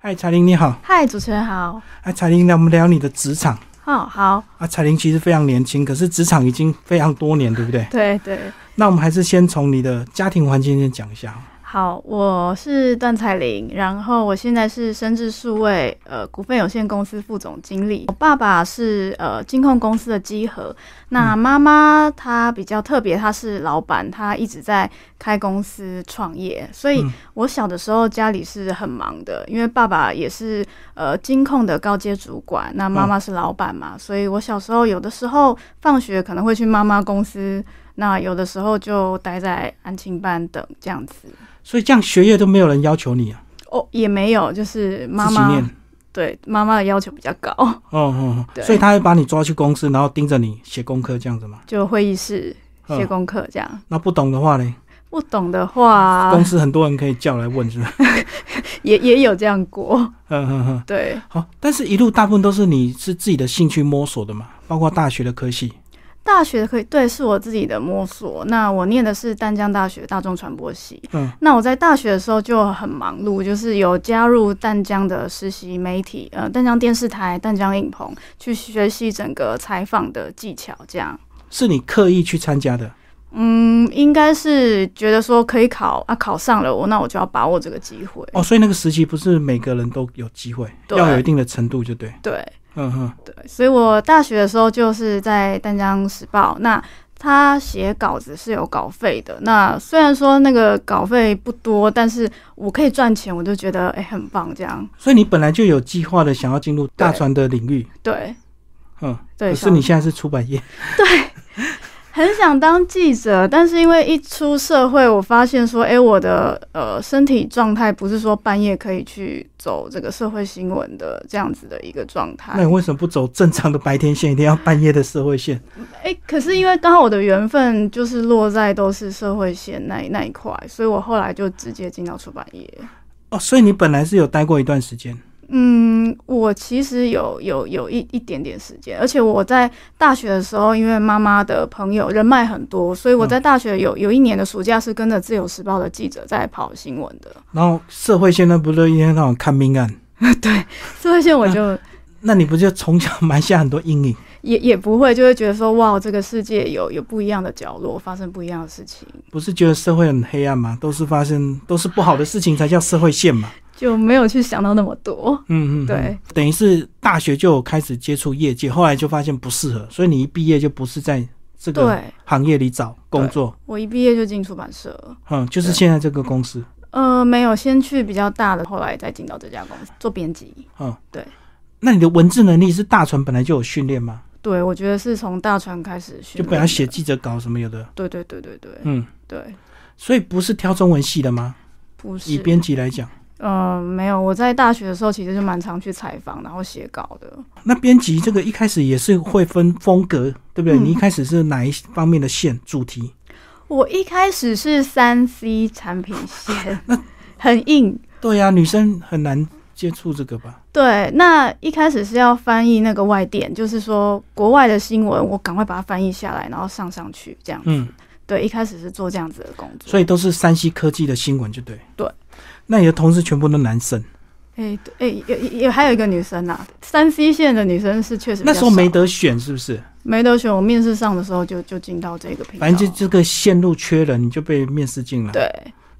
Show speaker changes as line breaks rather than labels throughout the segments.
嗨，彩玲你好，
嗨，主持人好，
啊，彩玲，那我们聊你的职场
哦，好，
啊，彩玲其实非常年轻，可是职场已经非常多年，对不对？
对对，
那我们还是先从你的家庭环境先讲一下哦。
好，我是段彩玲，然后我现在是深智数位呃股份有限公司副总经理。我爸爸是呃金控公司的稽核，那妈妈她比较特别，她是老板，她一直在开公司创业，所以
嗯
我小的时候家里是很忙的，因为爸爸也是呃金控的高阶主管，那妈妈是老板嘛，所以我小时候有的时候放学可能会去妈妈公司。那有的时候就待在安亲班等这样子。
所以这样学业都没有人要求你啊，
哦，也没有，就是妈
自己念
妈。对妈妈的要求比较高，
哦哦，哦
对
所以他会把你抓去公司，然后盯着你写功课这样子嘛。
就会议室写
嗯，
功课这样。
那不懂的话呢，
不懂的话
公，司很多人可以叫来问，是吧？
也也有这样过。
嗯嗯嗯，
对，
好，但是一路大部分都是你是自己的兴趣摸索的嘛，包括大学的科系。
大学可以对是我自己的摸索。那我念的是淡江大学大众传播系。
嗯，
那我在大学的时候就很忙碌，就是有加入淡江的实习媒体，呃，淡江电视台、淡江影棚，去学习整个采访的技巧，这样。
是你刻意去参加的，
嗯，应该是觉得说可以考啊，考上了我，那我就要把握这个机会。
哦，所以那个时期不是每个人都有机会，
对
要有一定的程度就对。
对
嗯哼，
对，所以我大学的时候就是在淡江时报，那他写稿子是有稿费的。那虽然说那个稿费不多，但是我可以赚钱，我就觉得哎、很棒这样。
所以你本来就有计划的想要进入大船的领域，
对
嗯，
对，
可是你现在是出版业，
很想当记者，但是因为一出社会，我发现说，哎、我的呃身体状态不是说半夜可以去走这个社会新闻的这样子的一个状态。
那你为什么不走正常的白天线，一定要半夜的社会线？
哎、可是因为刚好我的缘分就是落在都是社会线那一那一块，所以我后来就直接进到出版业。
哦，所以你本来是有待过一段时间，
嗯，我其实有有有一一点点时间，而且我在大学的时候，因为妈妈的朋友人脉很多，所以我在大学有有一年的暑假是跟着《自由时报》的记者在跑新闻的。
然后社会线那不是一天到晚看命案，
社会线我就
那你不就从小埋下很多阴影？
也也不会，就会觉得说，哇，这个世界有有不一样的角落，发生不一样的事情，
不是觉得社会很黑暗吗？都是发生都是不好的事情才叫社会线嘛。
就没有去想到那么多。
嗯嗯，嗯
对，
等于是大学就有开始接触业界，后来就发现不适合，所以你一毕业就不是在这个
对
行业里找工作，
我一毕业就进出版社了。
嗯，就是
对
现在这个公司，
呃，没有，先去比较大的，后来再进到这家公司做编辑。
嗯，
对。
那你的文字能力是大船本来就有训练吗？
对，我觉得是从大船开始
就
训练，
本来写。记者稿什么有的，
对对对对对、
嗯，
对，
所以不是挑中文系的吗？
不是。
以编辑来讲，
呃，没有，我在大学的时候其实就蛮常去采访，然后写稿的。
那编辑这个一开始也是会分风格，对不对？
嗯
你一开始是哪一方面的线主题？
我一开始是三 C 产品 线，很硬，
对呀、女生很难接触这个吧？
对，那一开始是要翻译那个外电，就是说国外的新闻，我赶快把它翻译下来，然后上上去这样。
嗯，
对，一开始是做这样子的工作。
所以都是山西科技的新闻，就对。
对。
那你的同事全部都男生，
哎、对，哎、有有有还有一个女生呐、三 C 线的女生是确实比
那
较
时候没
少
得选，是不是？
没得选，我面试上的时候就就进到这个频道。
反正就这个线路缺人，你就被面试进来。。
对，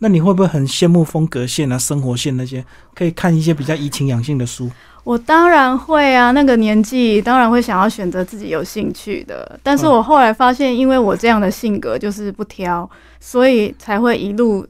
那你会不会很羡慕风格线啊、生活线那些？可以看一些比较怡情养性的书。
我当然会啊，那个年纪当然会想要选择自己有兴趣的。但是
嗯
我后来发现，因为我这样的性格就是不挑，所以才会一路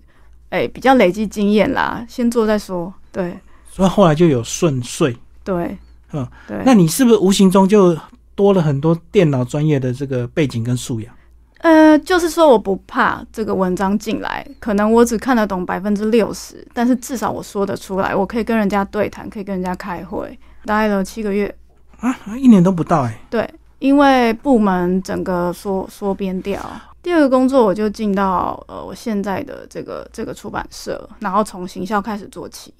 哎、比较累积经验啦，先做再说。对
所以后来就有顺遂。
对，
嗯，
对。
那你是不是无形中就多了很多电脑专业的这个背景跟素养？
呃，就是说我不怕这个文章进来，可能我只看得懂百分之六十，但是至少我说得出来，我可以跟人家对谈，可以跟人家开会，待了七个月。
啊，一年都不到哎、
对，因为部门整个缩缩编掉。第二个工作我就进到呃我现在的这个这个出版社，然后从行销开始做起。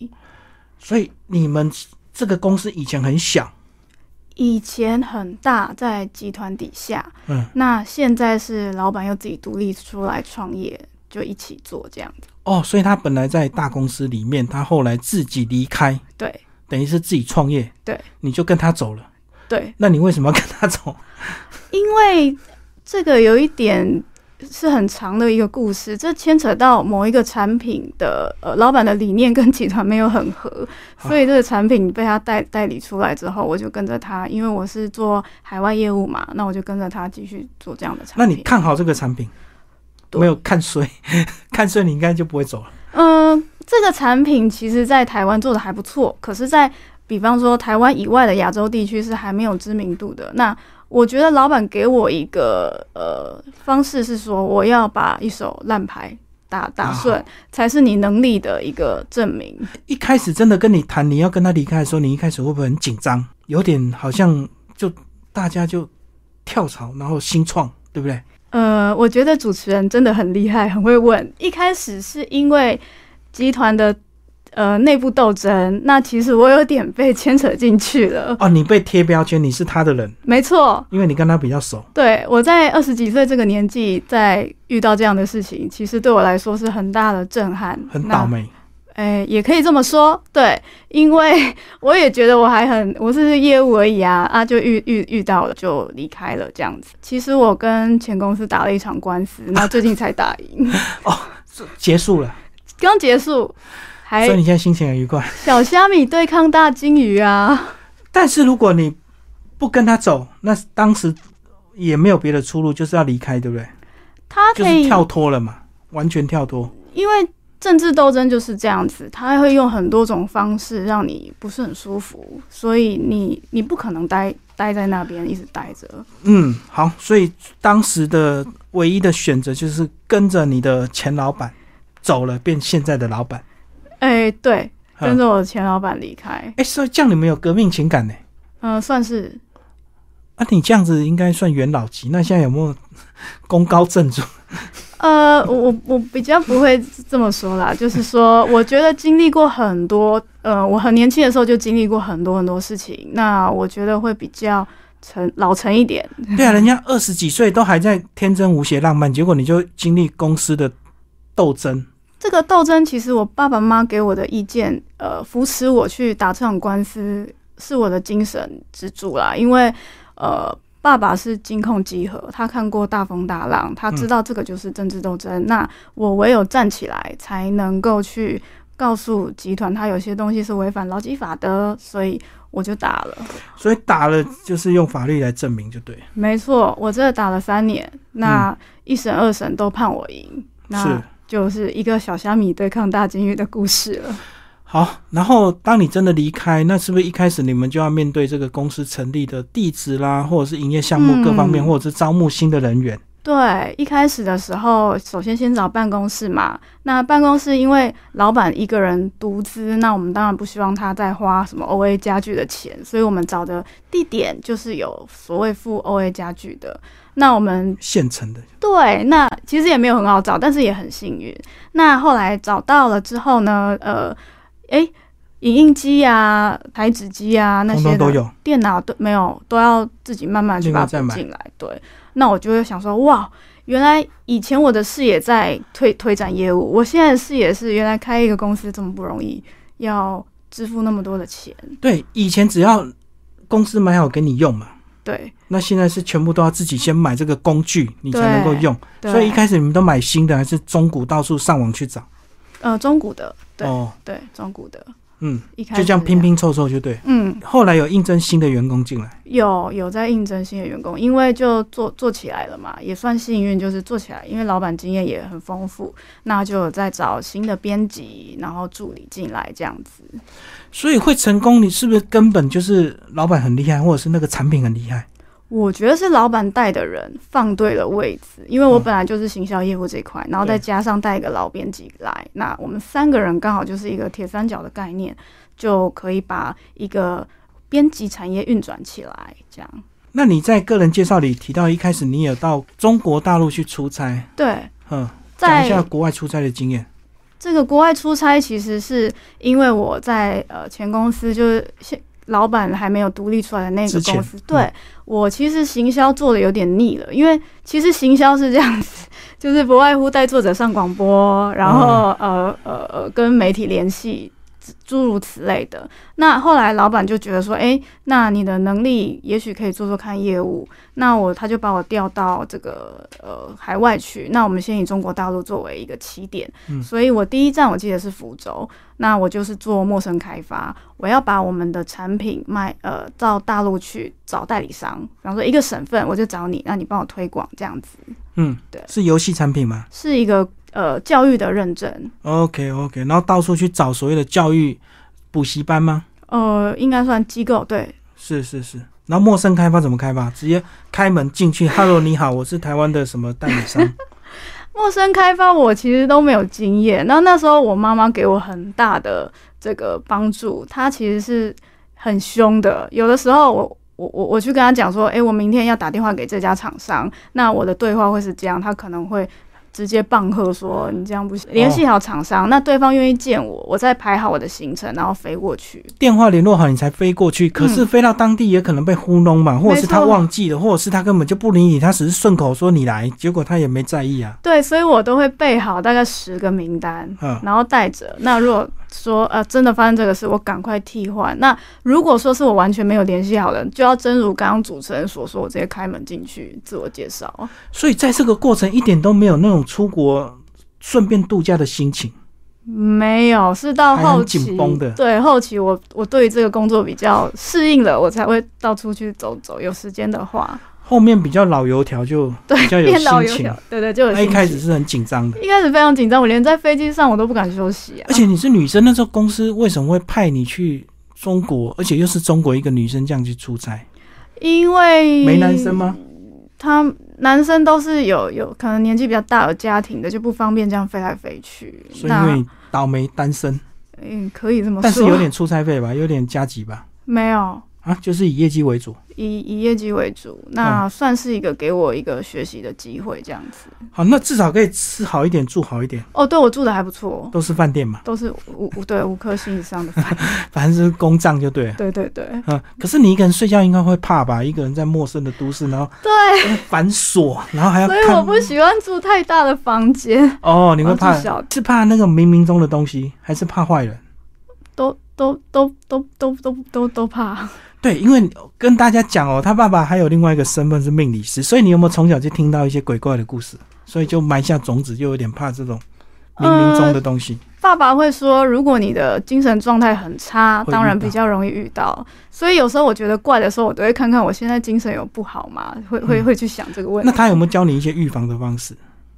所以你们这个公司以前很小，
以前很大，在集团底下，
嗯，
那现在是老板又自己独立出来创业，就一起做这样子。
哦，所以他本来在大公司里面，他后来自己离开，
对
等于是自己创业，
对，
你就跟他走了。
对，
那你为什么要跟他 走？
因为这个有一点是很长的一个故事，这牵扯到某一个产品的呃老板的理念跟集团没有很 合，
好
所以这个产品被他代代理出来之后，我就跟着他，因为我是做海外业务嘛，那我就跟着他继续做这样的
那
产
你
品。
看好这个产品，
对
没有看衰， 看衰你应该就不会走了。
嗯、这个产品其实在台湾做的还不错，可是在比方说台湾以外的亚洲地区是还没有知名度的。那我觉得老板给我一个呃方式是说，我要把一手烂牌打打顺，才是你能力的一个证明。
一开始真的跟你谈你要跟他离开的时候，你一开始会不会很紧张？有点好像就大家就跳槽，然后新创，对不对？
呃，我觉得主持人真的很厉害，很会问。一开始是因为集团的呃内部斗争，那其实我有点被牵扯进去了。
哦，你被贴标签，你是他的人，
没错，
因为你跟他比较熟。
对，我在二十几岁这个年纪，在遇到这样的事情，其实对我来说是很大的震撼，
很倒霉，
那。哎、也可以这么说，对，因为我也觉得我还很，我是业务而已啊，啊，就遇遇遇到了就离开了这样子。其实我跟前公司打了一场官司，然后最近才打赢，
结束了，
刚结束，
所以
还
你现在心情很愉快。
小虾米对抗大金鱼啊，
但是如果你不跟他走，那当时也没有别的出路，就是要离开，对不对？
他
就
可
是
以
跳脱了嘛，完全跳脱。
因为政治斗争就是这样子，他会用很多种方式让你不是很舒服，所以你你不可能待待在那边一直待着。
嗯，好，所以当时的唯一的选择就是跟着你的前老板走了，变现在的老板。
哎、对，
嗯
跟着我的前老板离开，
哎、所以这样你们有革命情感呢？
嗯、算是
啊，你这样子应该算元老级。那现在有没有 功高震 主？
呃，我我我比较不会这么说啦，就是说，我觉得经历过很多，呃，我很年轻的时候就经历过很多很多事情，那我觉得会比较沉老成一点。
对啊，人家二十几岁都还在天真无邪浪漫，结果你就经历公司的斗争。
这个斗争，其实我爸爸妈妈给我的意见，呃，扶持我去打这场官司，是我的精神支柱啦。因为，呃，爸爸是金控集合，他看过大风大浪，他知道这个就是政治斗争。那我唯有站起来，才能够去告诉集团，他有些东西是违反劳基法的，所以我就打了。
所以打了就是用法律来证明，就对了。
没错，我这打了三年，那一审、二审都判我赢，
是
那就是一个小虾米对抗大金鱼的故事了。
好，然后当你真的离开，那是不是一开始你们就要面对这个公司成立的地址啦，或者是营业项目各方面，
嗯
或者是招募新的人员？
对，一开始的时候，首先先找办公室嘛。那办公室因为老板一个人独资，那我们当然不希望他再花什么 OA 家具的钱，所以我们找的地点就是有所谓付 OA 家具的。那我们
现成的，
对，那其实也没有很好找，但是也很幸运。那后来找到了之后呢，呃，诶，影印机啊、台纸机啊那
通
些
通
的
都有。
电脑都没有，都要自己慢慢去
另
把
外
它
再
补
买
进来。对，那我就会想说，哇，原来以前我的视野在推推展业务，我现在的视野是原来开一个公司这么不容易，要支付那么多的钱。
对，以前只要公司买好给你用嘛，
对，
那现在是全部都要自己先买这个工具，你才能够用。
对
所以一开始你们都买新的，还是中古到处上网去找？
呃中古的，对
哦，
对中古的，
嗯，
一开
就
始
这样拼。拼凑凑就对。
嗯，
后来有应征新的员工进来，
有有在应征新的员工，因为就做做起来了嘛，也算幸运，就是做起来，因为老板经验也很丰富，那就有在找新的编辑，然后助理进来这样子。
所以会成功，你是不是根本就是老板很厉害，或者是那个产品很厉害？
我觉得是老板带的人放对了位置，因为我本来就是行销业务这一块，然后再
嗯对
加上带一个老编辑来，那我们三个人刚好就是一个铁三角的概念，就可以把一个编辑产业运转起来。这样
那你在个人介绍里提到，一开始你有到中国大陆去出差，
对，
嗯，讲一下
在
国外出差的经验。
这个国外出差，其实是因为我在呃前公司就是现老板还没有独立出来的那个
之前嗯
公司，对、我其实行销做的有点腻了，因为其实行销是这样子， 就是不外乎带作者上广播，然后、呃呃呃跟媒体联系。诸如此类的。那后来老板就觉得说，诶，那你的能力也许可以做做看业务。那我他就把我调到这个呃海外去。那我们先以中国大陆作为一个起点，
嗯
所以我第一站我记得是福州。那我就是做陌生开发，我要把我们的产品卖呃到大陆去找代理商，比方说一个省份我就找你，那你帮我推广这样子，
嗯，
对
是游戏产品吗
是一个呃教育的认证，
？OK OK，然后到处去找所谓的教育补习班吗？
呃，应该算机构对，
是是是。然后陌生开发怎么开发？直接开门进去，Hello，你好，我是台湾的什么代理 商？
陌生开发我其实都没有经验。那那时候我妈妈给我很大的这个帮助，她其实是很凶的。有的时候我我我我去跟她讲说，诶、我明天要打电话给这家厂商，那我的对话会是这样，她可能会。直接棒喝说你这样不行，联系好厂商，那对方愿意见我，我再排好我的行程，然后飞过去。
电话联络好你才飞过
嗯
去，可是飞到当地也可能被糊弄嘛，或者是他
没嗯错
忘记了，或者是他根本就不理你，他只是顺口说你来，结果他也没在意啊。
对，所以我都会备好大概十个名单，
嗯，
然后带着。那如果说呃真的发生这个事，我赶快替换。那如果说是我完全没有联系好的，就要真如刚刚主持人所说，我直接开门进去自我介绍。
所以在这个过程一点都没有那种出国顺便度假的心情。
没有，是到
还很
后期
紧绷的
对后期我我对这个工作比较适应了，我才会到处去走走。有时间的话，
后面比较老油条就
对
比较有
变老油
心情
条，，对对，就有
那一
心
开
情
始是很紧张的。
一开始非常紧张，我连在飞机上我都不敢休息啊。
而且你是女生，那时候公司为什么会派你去中国，而且又是中国一个女生这样去出差？
因为
没男生吗？
他男生都是有有可能年纪比较大有家庭的，就不方便这样飞来飞去。
所以因
那
为倒霉单身，
嗯，可以这么说，
但是有点出差费吧，有点加急吧？
没有
啊，就是以业绩为主。
以以业绩为主，
嗯
那算是一个给我一个学习的机会这样子。
好，那至少可以吃好一点，住好一点，
哦，对我住的还不错，
都是饭店嘛，
都是五五对五颗星以上 的饭
反正是公账就对了。
对对对
嗯，可是你一个人睡觉应该会怕吧？一个人在陌生的都市，然后
对，
反锁，然后还要
所以我
看
不喜欢住太大的房间，
哦，你会怕
房子小
是怕那个冥冥中的东西，还是怕坏人？
都都都都都都都都怕。
对，因为跟大家讲哦，他爸爸还有另外一个身份是命理师，所以你有没有从小就听到一些鬼怪的故事？所以就埋下种子，就有点怕这种冥冥中的东西。
爸爸会说，如果你的精神状态很差，
会遇
当然
到
比较容易遇到。所以有时候我觉得怪的时候，我都会看看我现在精神有不好吗？会会
嗯
会去想这个问
那
题。
他有没有教你一些预防的方式？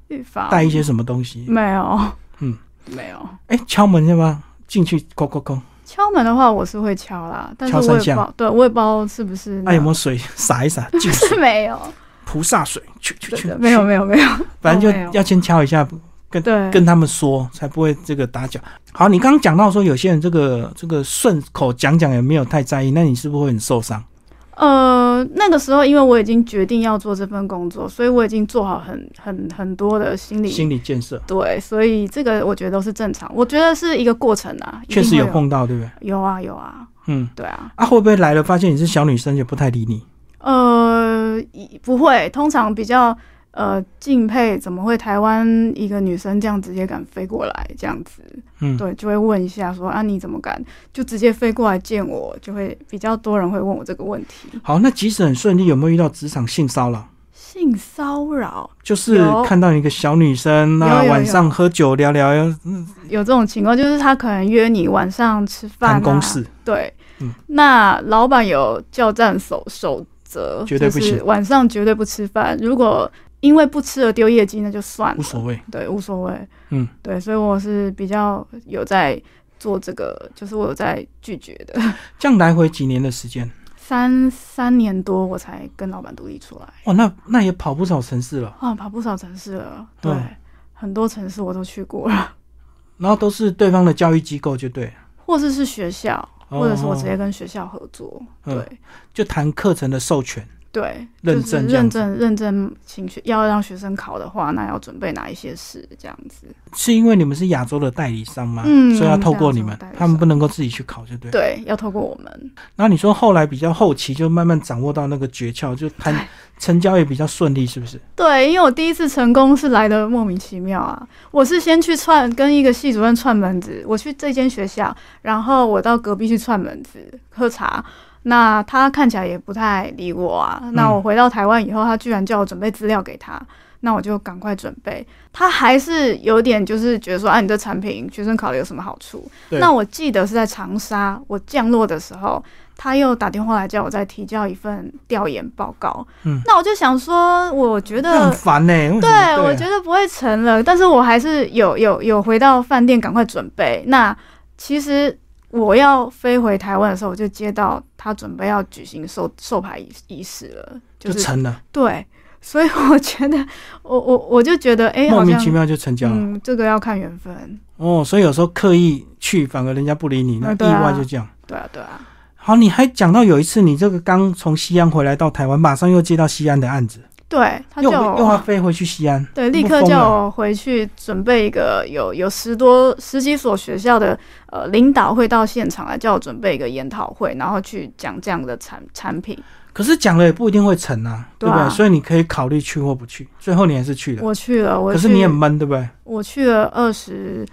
预防
带一些什么东西？
没有？
嗯，
没有。
哎、敲门要不要进去？叩叩叩，
敲门的话，我是会敲啦，但是
敲
我
三
也不知
下哎
道，对我也不知道是不是
那、
那。
有没有水洒一洒？净水、
是没有，
菩萨水，去去
对
去
对， 没有
去，
没有没有。
反正
哦没有
就要先敲一下，
对，
跟他们说，才不会这个打搅。好，你刚刚讲到说有些人这个这个顺口讲讲也没有太在意，那你是不是会很受伤？
呃，那个时候因为我已经决定要做这份工作，所以我已经做好很很很多的心理
心理建设
对，所以这个我觉得都是正常，我觉得是一个过程啊，一
确实
定
有
会
碰到，对不对？
有啊有啊，
嗯，
对啊，
啊，会不会来了发现你是小女生就不太理你？
呃，一不会，通常比较呃敬佩，怎么会台湾一个女生这样直接敢飞过来这样子？
嗯，
对，就会问一下说啊你怎么敢就直接飞过来见我？就会比较多人会问我这个问题。
好，那即使很顺利，有没有遇到职场性骚扰？
性骚扰
就是
有
看到一个小女生，那
有有
晚上喝酒聊聊，
有这种情况，就是他可能约你晚上吃饭、啊，
谈公事，
对，
嗯
那老板有叫战守守则，
绝对不行
就是晚上绝对不吃饭。如果因为不吃而丢业绩，那就算了，
无所谓。
对，无所谓。
嗯，
对，所以我是比较有在做这个，就是我有在拒绝的。
这样来回几年的时间，
三三年多我才跟老板独立出来，
哇，哦那那也跑不少城市了，
哇，跑不少城市了，对，
嗯
很多城市我都去过了，
然后都是对方的教育机构，就对了，
或者是学校，或者是我直
哦
接跟学校合作，
嗯
对。
就谈课程的授权。
对，
认
就是
证这样
认
子
证认证，请学要让学生考的话，那要准备哪一些事这样子？
是因为你们是亚洲的代理商吗？
嗯
所以要
我们是
透过
亚洲
你们
代理，商
他们不能够自己去考，就对。。
对，要透过我们。
然后你说后来比较后期，就慢慢掌握到那个诀窍，就谈成交也比较顺利，是不是？
对，因为我第一次成功是来的莫名其妙啊！我是先去串跟一个系主任串门子，我去这间学校，然后我到隔壁去串门子喝茶。那他看起来也不太理我啊。
嗯
那我回到台湾以后，他居然叫我准备资料给他，那我就赶快准备。他还是有点就是觉得说，啊，你这产品学生考的有什么好处？
对
那我记得是在长沙，我降落的时候，他又打电话来叫我再提交一份调研报告。
嗯
那我就想说，我觉
那
得
很烦呢、为什么
对，
啊
我觉得不会成了，但是我还是有有有回到饭店赶快准备。那其实我要飞回台湾的时候，我就接到他准备要举行授授牌仪仪式了，
就是成了，
对，所以我觉得我我我就觉得哎、
莫
好
名其
像
妙就成交了。
嗯，这个要看缘分，
哦，所以有时候刻意去，反而人家不理你，那
嗯
意
对啊
外就这样。
对啊对啊，
好，你还讲到有一次，你这个刚从西安回来到台湾，马上又接到西安的案子，
对他
又
啊就哦
又要飞回去西安。
对，
那
立
么
刻
疯
叫
了
我回去准备一个有有十多十几所学校的呃领导会到现场来叫我准备一个研讨会，然后去讲这样的产产品。
可是讲了也不一定会成啊，对
对
不
啊
对？所以你可以考虑去或不去，最后你还是去了。
我去了，我
可
去
是你很闷，对不对？
我去了二十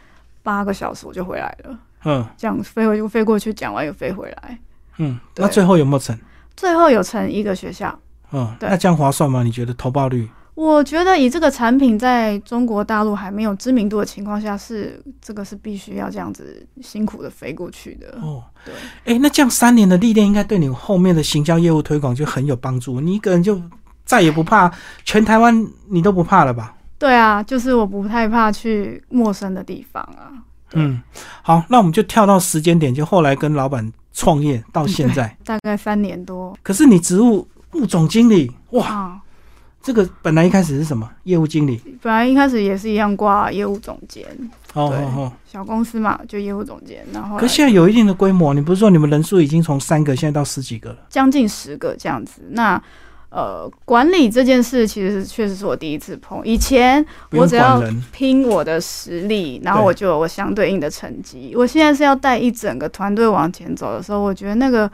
八个小时，我就回来了。
嗯
这样飞回又飞过去，讲完又飞回来，
嗯，
对
那最后有没有成？
最后有成一个学校。
嗯，
对
那这样划算吗？你觉得投报率？
我觉得以这个产品在中国大陆还没有知名度的情况下，是这个是必须要这样子辛苦的飞过去的。
哦，
嗯对。
哎，那这样三年的历练，应该对你后面的行销业务推广就很有帮助。你一个人就再也不怕，全台湾你都不怕了吧？
对啊，就是我不太怕去陌生的地方啊。对
嗯，好，那我们就跳到时间点，就后来跟老板创业到现在。
大概三年多
可是你职务副总经理，哇，
啊，
这个本来一开始是什么业务经理？
本来一开始也是一样挂业务总监，
哦
对
哦
小公司嘛，就业务总监，然后
哦，可现在有一定的规模，你不是说你们人数已经从三个现在到十几个了？
将近十个这样子。那呃，管理这件事其实确实是我第一次碰，以前
不
我
用
只要
管人，
拼我的实力，然后我就有我相对应的成绩。我现在是要带一整个团队往前走的时候，我觉得那个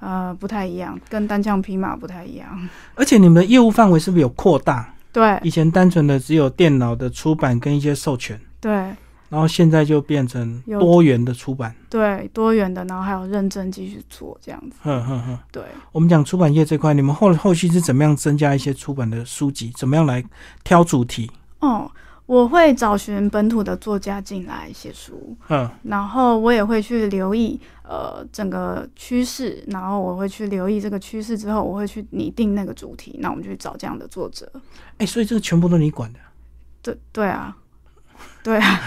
呃不太一样，跟单枪匹马不太一样。
而且你们的业务范围是不是有扩大？
对
以前单纯的只有电脑的出版跟一些授权，
对。
然后现在就变成
有
多元的出版。
对多元的，然后还有认真继续做这样子。
哼哼哼，
对，
我们讲出版业这块，你们后后续是怎么样增加一些出版的书籍？怎么样来挑主题？
哦，我会找寻本土的作家进来写书，
嗯，
然后我也会去留意呃整个趋势，然后我会去留意这个趋势之后，我会去拟定那个主题，那我们就去找这样的作者。
哎、所以这个全部都你管的。
对对啊，对啊，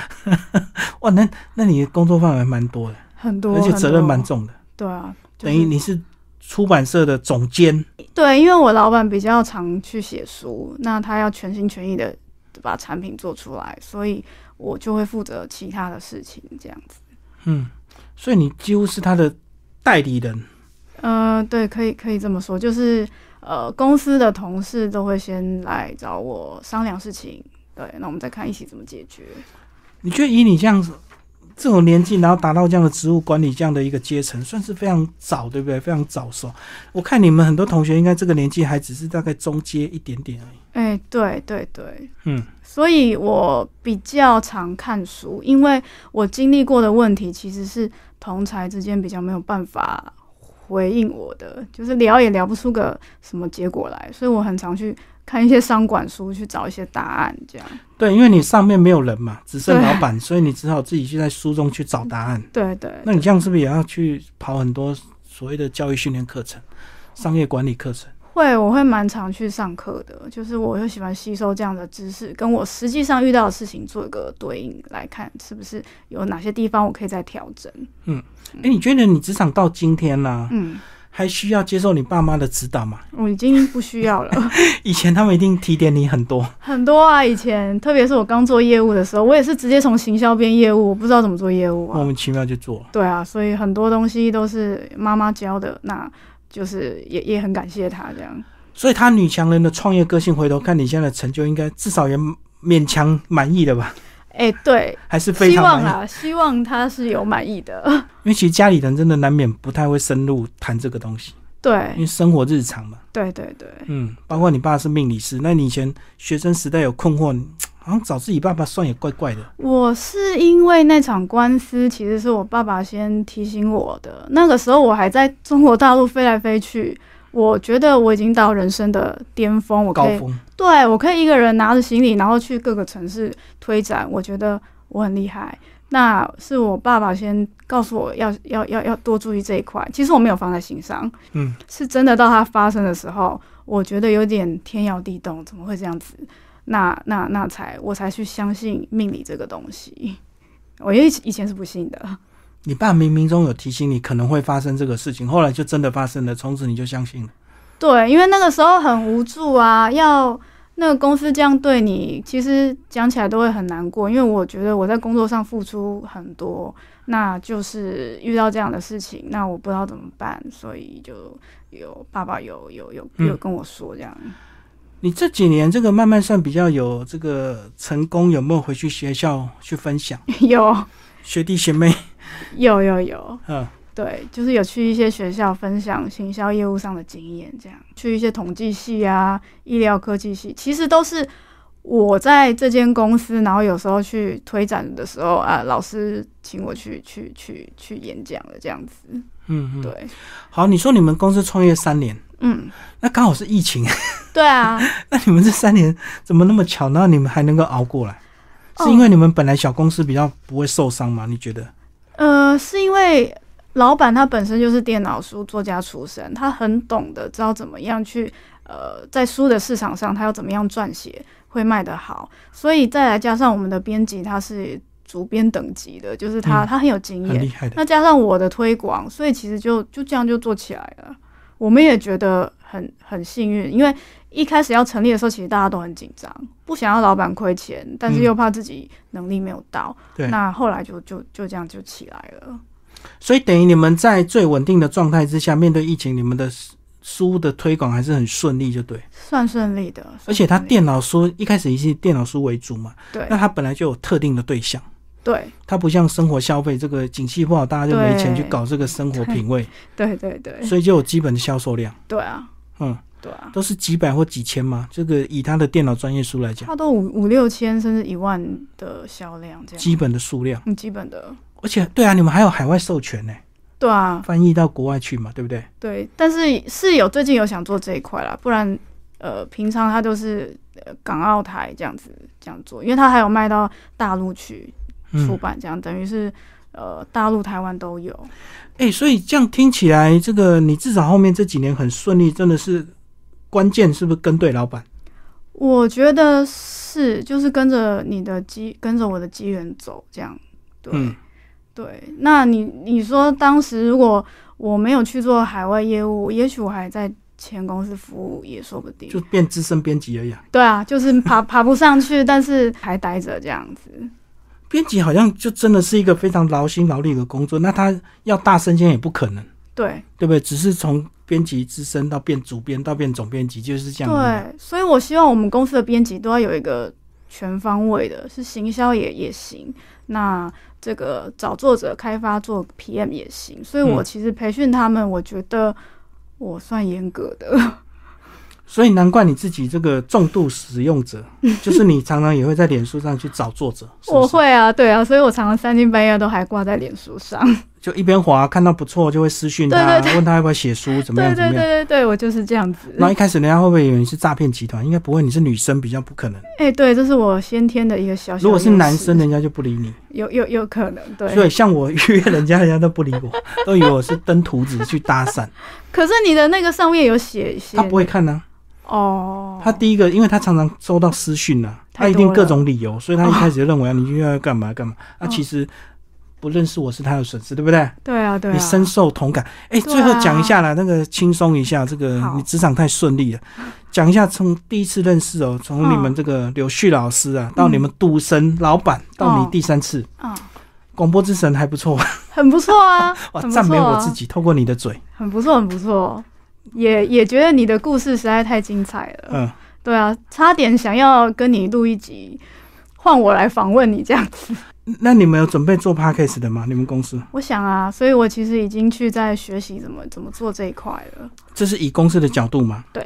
哇，那那你的工作范围蛮多的，
很多，
而且责任蛮
很多。
重的，
对啊，就
等于
是
你是出版社的总监。
对，因为我老板比较常去写书，那他要全心全意的把产品做出来，所以我就会负责其他的事情，这样子。
嗯，所以你几乎是他的代理人。
呃，对，可以可以这么说，就是呃，公司的同事都会先来找我商量事情，对，那我们再看一起怎么解决。
你觉得以你这样子这种年纪，然后达到这样的职务管理这样的一个阶层，算是非常早，对不对？非常早熟。我看你们很多同学应该这个年纪还只是大概中阶一点点而已。
哎，对对对，
嗯，
所以我比较常看书，因为我经历过的问题其实是同才之间比较没有办法回应我的，就是聊也聊不出个什么结果来，所以我很常去看一些商管书去找一些答案，这样。
对，因为你上面没有人嘛，只剩
对
老板，所以你只好自己去在书中去找答案。
对对
那你这样是不是也要去跑很多所谓的教育训练课程、商业管理课程？
会，我会蛮常去上课的，就是我会喜欢吸收这样的知识，跟我实际上遇到的事情做一个对应，来看是不是有哪些地方我可以再调整。
哎、你觉得你职场到今天呢、
嗯，
还需要接受你爸妈的指导吗？
我已经不需要了。
以前他们一定提点你很多，
很多啊，以前特别是我刚做业务的时候，我也是直接从行销变业务，我不知道怎么做业务
莫
啊。
名其妙就做了。
对啊，所以很多东西都是妈妈教的，那就是也也很感谢她这样。
所以她女强人的创业个性，回头看你现在的成就，应该至少也勉强满意的吧？
哎、对，
还是非
希
常
望啊
满意？
啦，希望他是有满意的。
因为其实家里人真的难免不太会深入谈这个东西，因
对
为生活日常嘛。
对对对，
嗯，包括你爸是命理师，那你以前学生时代有困惑，你好像找自己爸爸算也怪怪的。
我是因为那场官司，其实是我爸爸先提醒我的。那个时候我还在中国大陆飞来飞去，我觉得我已经到人生的巅峰，我
高
可以
峰，
对我可以一个人拿着行李，然后去各个城市推展，我觉得我很厉害。那是我爸爸先告诉我要要要要多注意这一块，其实我没有放在心上，
嗯，
是真的到它发生的时候，我觉得有点天摇地动，怎么会这样子？那那那才我才去相信命理这个东西，我因为以前是不信的，
你爸冥冥中有提醒你可能会发生这个事情，后来就真的发生了，从此你就相信了。
对，因为那个时候很无助啊，要那个公司这样对你，其实讲起来都会很难过。因为我觉得我在工作上付出很多，那就是遇到这样的事情，那我不知道怎么办，所以就有爸爸有有有有
嗯
跟我说这样。
你这几年这个慢慢算比较有这个成功，有没有回去学校去分 享
有
学弟学妹？
有有有，
嗯，
对，就是有去一些学校分享行销业务上的经验，这样去一些统计系啊、医疗科技系，其实都是我在这间公司，然后有时候去推展的时候啊，老师请我去去去去演讲的这样子。
嗯嗯，
对，
好，你说你们公司创业三年，
嗯，
那刚好是疫情，
对啊，
那你们这三年怎么那么巧？那你们还能够熬过来，
哦
是因为你们本来小公司比较不会受伤吗？你觉得？
呃，是因为老板他本身就是电脑书作家出身，他很懂得知道怎么样去呃，在书的市场上他要怎么样撰写会卖得好，所以再来加上我们的编辑他是主编等级的，就是他、
嗯
他很有经
很
验
厉，害的。
那加上我的推广，所以其实就就这样就做起来了。我们也觉得很很幸运，因为一开始要成立的时候，其实大家都很紧张，不想要老板亏钱，但是
嗯
又怕自己能力没有到。
对
那后来就就就这样就起来了。
所以等于你们在最稳定的状态之下，面对疫情，你们的书的推广还是很顺利，就对。
算顺利的，
而且它
算顺利
电脑书一开始以是电脑书为主嘛，那
对
它本来就有特定的对象，
对
它不像生活消费这个景气不好，大家就没钱去
对
搞这个生活品味，
对对对
所以就有基本的销售量，
对啊
嗯，
对啊，
都是几百或几千嘛。这个以它的电脑专业书来讲，
差不多五五六千甚至一万的销量这样，
基本的数量，
嗯基本的
而且对啊，你们还有海外授权呢、
对啊
翻译到国外去嘛，对不对？
对，但是是有最近有想做这一块啦，不然呃平常他都是呃港澳台这样子这样做，因为他还有卖到大陆去出
嗯，
版，这样、等于是呃大陆台湾都有，
哎、所以这样听起来，这个你至少后面这几年很顺利，真的是关键是不是跟对老板？
我觉得是就是跟着你的机跟着我的机缘走这样，对。
嗯，
对，那你你说当时如果我没有去做海外业务，也许我还在前公司服务也说不定。
就变资深编辑而已、啊。
对啊，就是爬爬不上去，但是还待着这样子。
编辑好像就真的是一个非常劳心劳力的工作，那他要大升迁也不可能，
对
对不对？只是从编辑资深到变主编，到变总编辑，就是这样而已。
对，所以我希望我们公司的编辑都要有一个全方位的，是行销也也行，那这个找作者、开发做 PM 也行。所以我
嗯
其实培训他们，我觉得我算严格的。
所以难怪你自己这个重度使用 者，就是你常常也会在脸书上去找作者， 是不是
我会啊，对啊，所以我常常三更半夜都还挂在脸 书上。
就一边滑看到不错就会私讯他，
对对
问他要不要写书，怎么
对
样怎
对
么样。
对对对，我就是这样子。
然后一开始人家会不会以为你是诈骗集团？应该不会，你是女生比较不可能。
哎、对，这是我先天的一个小小。
如果是男生，，人家就不理你。
有有有可能对。
所以像我约人家，人家都不理我，都以为我是登徒子去搭 讪。
可是你的那个上面有写写
他不会看呢、啊
哦，
他第一个，因为他常常收到私讯啊，他
太多了哦
一定各种理由，所以他一开始就认为啊，你又要干嘛干嘛。那、其实不认识我是他的损失，对不对？
对啊对啊，
你深受同感。哎、
对啊
最后讲一下啦，那个轻松一下，这个
好
你职场太顺利了。讲一下从第一次认识哦，从你们这个柳絮老师
嗯
啊，到你们杜生老板，到你第三次
啊、
广播之 神还不错，
很不错啊
，哇，
很不错
赞美我
啊
自己，透过你的嘴。
很不错很不错。也也觉得你的故事实在太精彩了。
嗯，
对啊，差点想要跟你录一集，换我来访问你这样子。
那你们有准备做 podcast 的吗？你们公司
我想啊，所以我其实已经去在学习怎么怎么做这一块了。
这是以公司的角度吗？
对。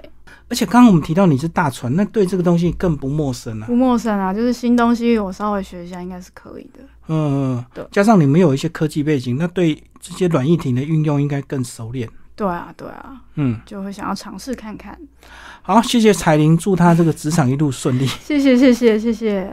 而且刚刚我们提到你是大船，那对这个东西更不陌生了、
不陌生啊，就是新东西我稍微学一下应该是可以的。
嗯嗯，
对
嗯加上你们有一些科技背景，那对这些软硬体的运用应该更熟练。
对啊，对啊，
嗯，
就会想要尝试看看。
好，谢谢彩玲，祝她这个职场一路顺利。
谢谢，谢谢，谢谢。